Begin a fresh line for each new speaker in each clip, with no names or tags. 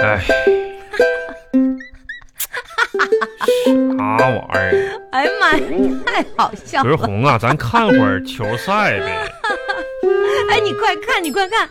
哎 那玩意儿。
哎呀妈呀， 太好笑
不是
了！
红啊，咱看会儿球赛呗。
哎，你快看，你快看，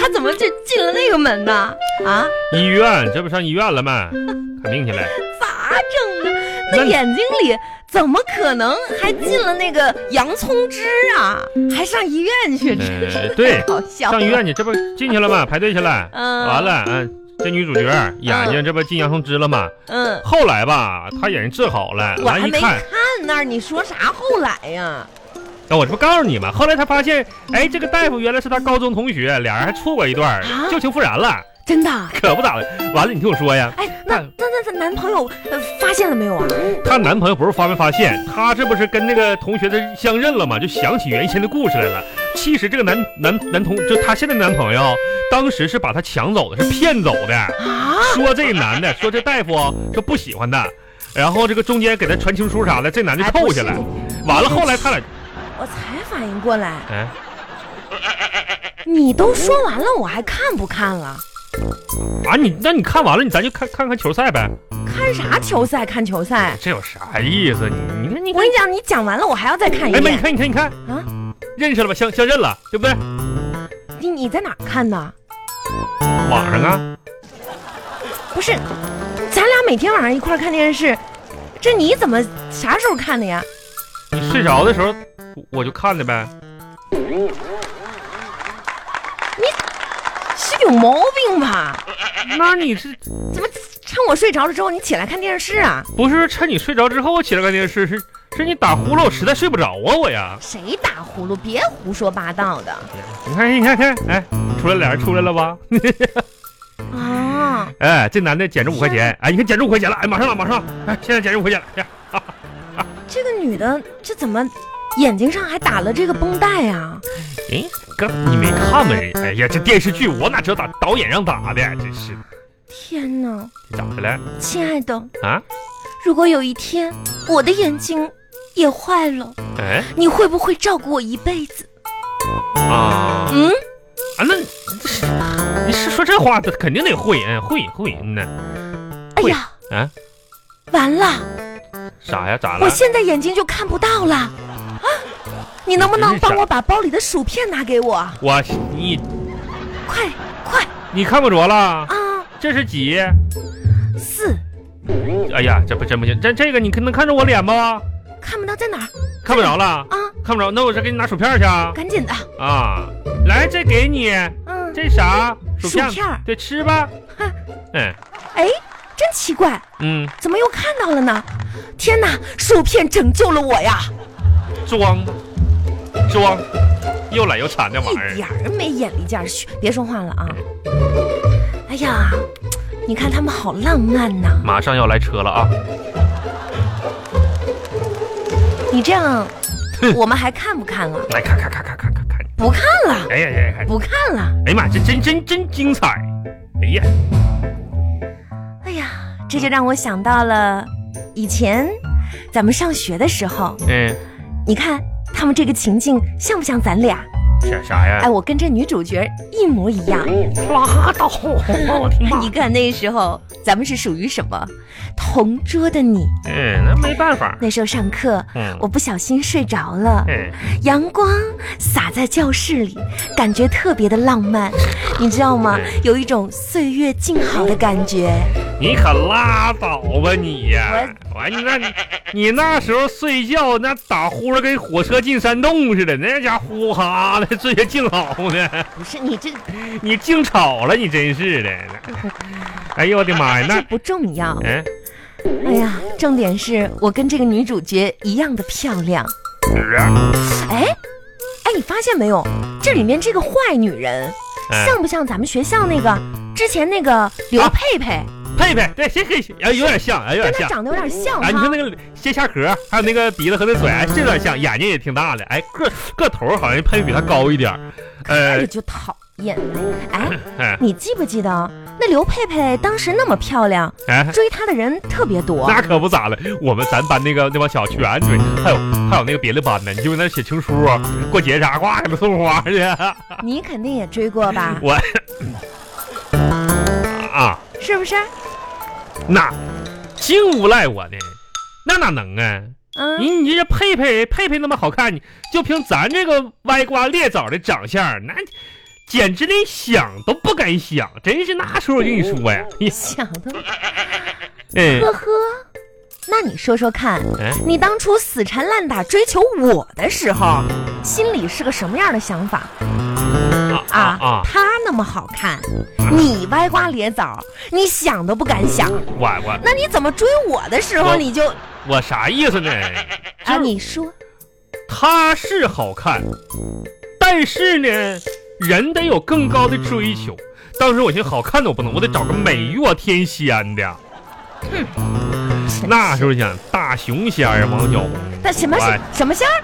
他怎么就进了那个门呢？啊，
医院，这不上医院了吗？看病去 了。
咋整的？
那
那
你
眼睛里怎么可能还进了那个洋葱汁啊？还上医院去？真是
呃，对，
好笑！
上医院去，这不进去了 吗？排队去了。
嗯
完了，嗯、这女主角眼睛这不进洋葱汁了吗？
嗯，
后来吧，她眼睛治好了，
我
完
还
一
没
看
看，那儿，你说啥后来呀？
啊，我这不告诉你吗？后来她发现，哎，这个大夫原来是她高中同学，俩人还处过一段
啊，
旧情复燃了，
真的啊？
可不咋的。完了，你听我说呀，
哎，那
看
那那那男朋友呃发现了没有啊？
她男朋友不是发没发现，她这不是跟那个同学的相认了吗？就想起原先的故事来了。其实这个男男男同，就她现在的男朋友，当时是把她抢走的，是骗走的。
啊，
说这男的，说这大夫说不喜欢他，然后这个中间给他传情书啥的，这男的
哎
扣下来
不，
完了后来他俩，
我才反应过来，
哎，
你都说完了，我还看不看了？
啊你那你看完了，你咱就看看看球赛呗，
看啥球赛？看球赛？
这有啥意思？你你看你
我
看
跟，你讲，你讲完了，我还要再看一
哎妈，你
遍。
看你看你看
啊，
认识了吧？相相认了，对不对？
你你在哪儿看的？
网上啊，
不是，咱俩每天晚上一块儿看电视，这你怎么啥时候看的呀？
你睡着的时候我就看的呗，
是有毛病吧？
那你是
怎么趁我睡着了之后你起来看电视啊？
不是趁你睡着之后我起来看电视是？是你打呼噜，我实在睡不着啊，我呀！
谁打呼噜？别胡说八道的
你看，你看，看，哎，出来俩人出来了吧？
啊！
哎，这男的捡着五块钱，哎，你看捡着五块钱了，哎，马上了，马上了，哎，现在捡着五块钱了，哎呀，
这个女的这怎么眼睛上还打了这个绷带啊？
哎，哥，你没看吗？人哎呀，这电视剧我哪知道导导演让打的，真是
天哪，
咋的了
亲爱的，
啊？
如果有一天我的眼睛也坏了，
哎
你会不会照顾我一辈子？
啊
嗯，
啊，那你是说这话，肯定得会，嗯，会会，嗯呢，
哎呀，
啊，
完了，
啥呀？咋了
我？现在眼睛就看不到了啊！你能不能帮我把包里的薯片拿给我？
我你
快快
你看不着了？
啊！
这是几？
四
哎呀，这不真不行，这这个你能看着我脸吗？
看不到在哪儿
看不着了，
啊？
看不着，那我这给你拿薯片去啊！
赶紧的，
啊，来，这给你。
嗯，
这啥薯
薯
片？
片儿，
得吃吧
哼。
嗯
哎，真奇怪，
嗯，
怎么又看到了呢？天哪，薯片拯救了我呀！
装吧，装，又懒又馋的玩意
一
儿。
点儿没眼力见儿，嘘，别说话了啊！哎呀，你看他们好浪漫呐、
马上要来车了啊！
你这样
哼，
我们还看不看了？
来，看看看看看看看。
不看了，
哎呀呀呀！
不看了。
哎呀妈，这真真真精彩！哎呀，
哎呀，这就让我想到了以前咱们上学的时候，
嗯，
你看他们这个情境像不像咱俩？
啥啥呀
哎，？我跟这女主角一模一样。
拉倒！我的妈！
你看那时候咱们是属于什么？同桌的你。
嗯，那没办法。
那时候上课，
嗯
我不小心睡着了，
嗯，
阳光洒在教室里，感觉特别的浪漫，你知道吗？
嗯
有一种岁月静好的感觉。
你可拉倒吧你呀！完，你那你你那时候睡觉那打呼噜跟火车进山洞似的，那家呼哈的，睡得净好呢。
不是你这
你净吵了，你真是的！哎呦我的妈呀，
这
那
不重要，
嗯，
哎呀，重点是我跟这个女主角一样的漂亮。
嗯
哎，哎，你发现没有？这里面这个坏女人
哎
像不像咱们学校那个之前那个刘
啊
佩佩？
佩佩，对，谁谁哎，有点像，哎，有
跟
点
她
像。
长得有点像
哎，你
哈
看。那个斜下颌，还有那个鼻子和那嘴，哎，这有点像，眼睛也挺大的，哎，个个头好像佩佩比他高一点儿，
哎，
呃
就讨厌。哎，
哎
你记不记得那刘佩佩当时那么漂亮，
哎，
追她的人特别多
那可不咋了，我们咱班那个那帮小全追，还有还有那个别的班的，你就那写情书啊，过节啥呱给他送花去，
你肯定也追过吧？
我啊，嗯
是不是？
那竟无赖我呢，那哪能啊？
啊
你你这佩佩佩佩那么好看，你就凭咱这个歪瓜裂枣的长相，那简直连想都不敢想，真是那时候我跟你说呀，
想的，
嗯
呵呵。那你说说看，
哎
你当初死缠烂打追求我的时候，
嗯
心里是个什么样的想法
啊啊
啊？
啊，嗯
他那么好看，你歪瓜裂枣，你想都不敢想。
我我
那你怎么追我的时候
我
你就
我啥意思呢？
啊？你说
她是好看，但是呢，人得有更高的追求。当时我寻思好看的我不能，我得找个美若天仙的。那时候想大熊仙儿王小红
那什么是
哎
什么仙儿？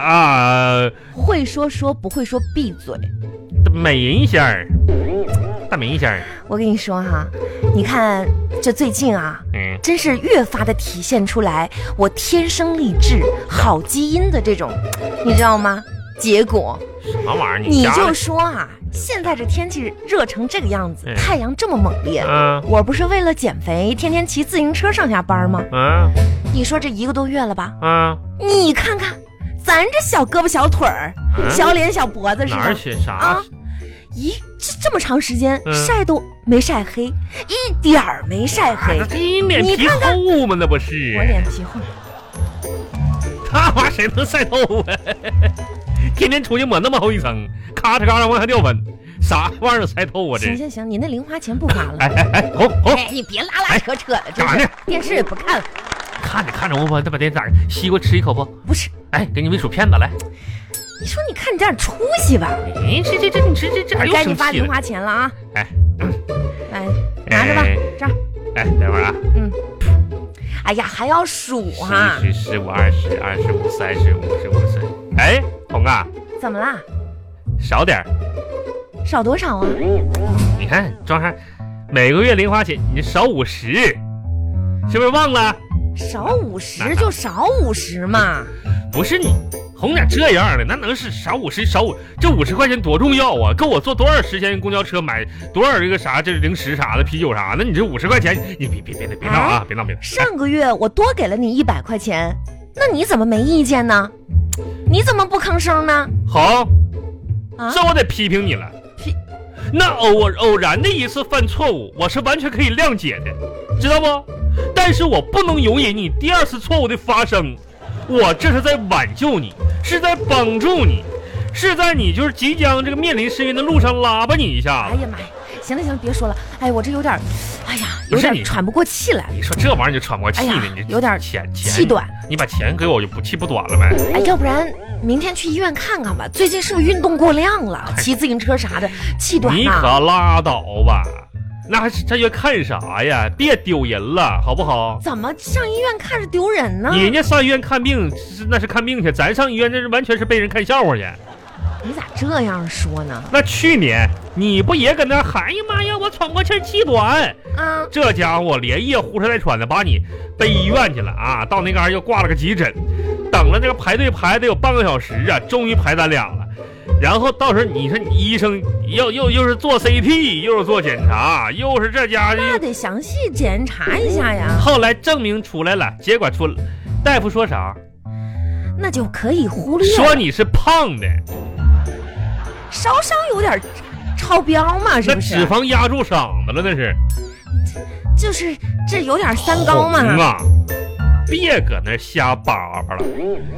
啊，
会说说不会说闭嘴。
美人仙儿，大美人仙儿，
我跟你说哈、你看这最近啊，
嗯，
真是越发的体现出来我天生丽质、好基因的这种，你知道吗？结果
什么玩意儿？
你
家
就
里
说啊，现在这天气热成这个样子，
嗯
太阳这么猛烈，
啊
我不是为了减肥，天天骑自行车上下班吗？
啊
你说这一个多月了吧？
啊，
你看看，咱这小胳膊小腿儿、
嗯
小脸小脖子似
哪儿
的，
去啥
啊？咦，这这么长时间、
嗯
晒都没晒黑，一点儿没晒黑
哎那，一脸
哎你
皮
看看
厚吗？那不是？
我脸皮厚。
那玩意儿谁能晒透啊？天天出去抹那么厚一层，咔嚓咔嚓往下掉粉，啥玩意儿晒透啊？这
行行行，你那零花钱不花了。
哎哎哎，红红，
哎， 你别拉拉扯扯了，
干
真
嘛
是
呢
电视也不看了。
看着看着我我再把这咋西瓜吃一口不？
不是，
哎，给你喂薯片子来。
你说你看你点出息吧，
哎，这这这你这这这还
我
又
该你
生
发
气
零
了？
花钱了啊！
哎
来拿着吧
哎，
这儿。
哎，等会儿啊，
哎呀，还要数哈、
十一十十五二十二十五三十五十五十，哎，红啊，
怎么啦？
少点儿，
少多少啊？
你看装上每个月零花钱你少五十，是不是忘了？
少五十就少五十嘛。
不是你红咋这样的？那能是少五十少五？这五十块钱多重要啊！够我坐多少时间公交车，买多少这个啥这零食啥的啤酒啥的？你这五十块钱，你别别别别别闹啊！别闹别闹！
上个月我多给了你一百块钱，那你怎么没意见呢？你怎么不吭声呢？
好，
啊
这我得批评你了。
批
那偶尔偶然的一次犯错误，我是完全可以谅解的，知道不？但是我不能容忍你第二次错误的发生，我这是在挽救你，是在帮助你，是在你就是即将这个面临深渊的路上拉吧你一下
哎
子。
呀妈呀！行了行了，别说了。哎，我这有点儿，哎呀，
不
有
是
点
你
儿喘不过气来了。
你说这玩意儿就喘不过气
哎
了
呀，
你
有点
钱钱
气短。
你把钱给我，我就不气不短了呗。
哎，要不然明天去医院看看吧。最近是不是运动过量了？骑自行车啥的，气短
哎
啊
你
呐。
可拉倒吧，那还这要看啥呀？别丢人了，好不好？
怎么上医院看着丢人呢？
人家上医院看病是那是看病去，咱上医院那是完全是被人看笑话去。
你咋这样说呢？
那去年你不也搁那喊哎呀妈呀，我喘不过气儿，气短。
啊，
这家伙连夜呼哧带喘的把你背医院去了啊！到那嘎又挂了个急诊，等了这个排队排得有半个小时啊，终于排咱俩了。然后到时候你说你医生又又又是做 CT，又是做检查，又是这家又
那得详细检查一下呀，
后来证明出来了，结果出了大夫说啥？
那就可以忽略了。
说你是胖的，
稍稍有点超标嘛，是
那
不
脂
是？
肪压住嗓子了，那是
就是这有点三高嘛。
红啊！别搁那瞎叭叭了，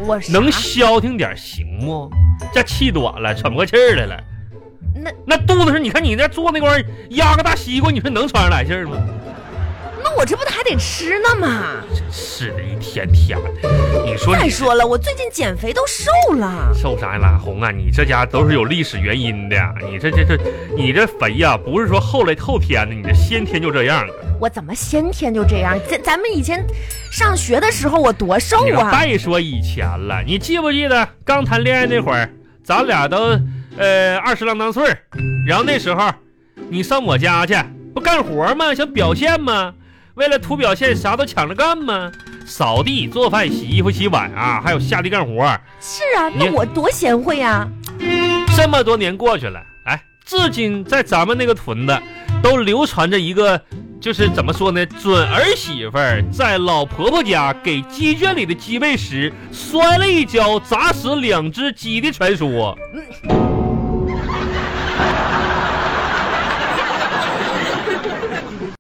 我啥
能消停点行不？这气短了，喘不过气儿来了。
那
那肚子上，你看你那坐那块儿压个大西瓜，你说能喘上来气儿吗？
那我这不得还得吃呢嘛？
真是的，一天天的。你说
再
你
说了，我最近减肥都瘦了，
受啥呀，拉红啊？你这家都是有历史原因的呀、你这这这，你这肥呀、不是说后来后天的，你这先天就这样了。
我怎么先天就这样？咱咱们以前上学的时候我多瘦
你
啊！
别说以前了，你记不记得刚谈恋爱那会儿，咱俩都呃二十郎当岁儿，然后那时候你上我家去，不干活吗？想表现吗？为了图表现，啥都抢着干吗？扫地、做饭、洗衣服、洗碗啊，还有下地干活。
是啊，
你
那我多贤惠啊呀、
这么多年过去了，哎，至今在咱们那个屯子都流传着一个就是怎么说呢？准儿媳妇儿在老婆婆家给鸡圈里的鸡喂食，摔了一跤砸死两只鸡的传说。